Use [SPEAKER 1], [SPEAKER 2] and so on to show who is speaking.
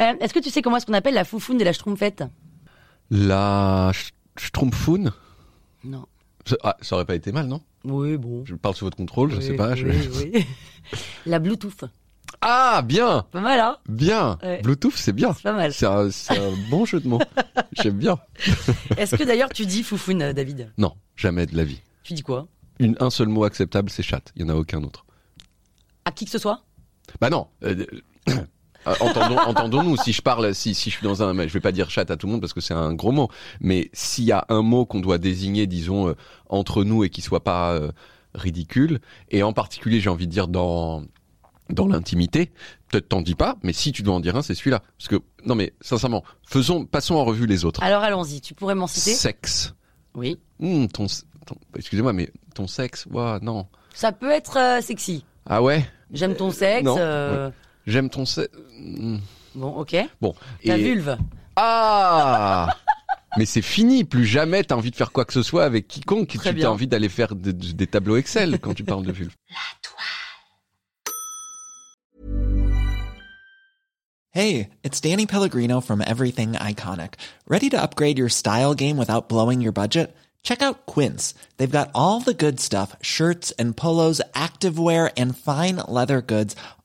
[SPEAKER 1] Euh, Est-ce que tu sais comment est-ce qu'on appelle la foufoune et la schtroumpfette
[SPEAKER 2] La sch- Schtroumpfoun
[SPEAKER 1] Non.
[SPEAKER 2] Je- ah, Ça aurait pas été mal, non
[SPEAKER 1] Oui, bon.
[SPEAKER 2] Je parle sous votre contrôle, je
[SPEAKER 1] Oui,
[SPEAKER 2] sais pas. je-
[SPEAKER 1] oui, oui. la Bluetooth.
[SPEAKER 2] Ah, bien
[SPEAKER 1] Pas mal, hein
[SPEAKER 2] Bien
[SPEAKER 1] Ouais.
[SPEAKER 2] Bluetooth, c'est bien
[SPEAKER 1] C'est pas mal.
[SPEAKER 2] C'est un, c'est un bon jeu de mots. J'aime bien.
[SPEAKER 1] Est-ce que d'ailleurs tu dis foufoune, euh, David
[SPEAKER 2] Non, jamais de la vie.
[SPEAKER 1] Tu dis quoi
[SPEAKER 2] Une, un seul mot acceptable, c'est chatte. Il n'y en a aucun autre.
[SPEAKER 1] À qui que ce soit
[SPEAKER 2] Bah non euh, euh, euh, entendons, entendons-nous, si je parle, si, si je suis dans un... mais Je vais pas dire chatte à tout le monde parce que c'est un gros mot, mais s'il y a un mot qu'on doit désigner, disons, euh, entre nous et qui soit pas euh, ridicule, et en particulier, j'ai envie de dire, dans dans l'intimité, peut-être t'en dis pas, mais si tu dois en dire un, c'est celui-là. Parce que, non mais, sincèrement, faisons, passons en revue les autres.
[SPEAKER 1] Alors allons-y, tu pourrais m'en citer
[SPEAKER 2] Sexe.
[SPEAKER 1] Oui.
[SPEAKER 2] Hum, ton, s- ton- excusez-moi, mais ton sexe, ouah, non.
[SPEAKER 1] Ça peut être euh, sexy.
[SPEAKER 2] Ah ouais
[SPEAKER 1] J'aime ton sexe.
[SPEAKER 2] non,
[SPEAKER 1] euh,
[SPEAKER 2] J'aime ton sexe. hum.
[SPEAKER 1] Bon, ok.
[SPEAKER 2] Bon.
[SPEAKER 1] Ta
[SPEAKER 2] et-
[SPEAKER 1] vulve.
[SPEAKER 2] Ah Mais c'est fini, plus jamais t'as envie de faire quoi que ce soit avec quiconque.
[SPEAKER 1] Très
[SPEAKER 2] tu
[SPEAKER 1] bien.
[SPEAKER 2] as envie d'aller faire de- de- des tableaux Excel quand tu parles de vulve.
[SPEAKER 3] Hey, it's Danny Pellegrino from Everything Iconic. Ready to upgrade your style game without blowing your budget? Check out Quince. They've got all the good stuff, shirts and polos, activewear and fine leather goods,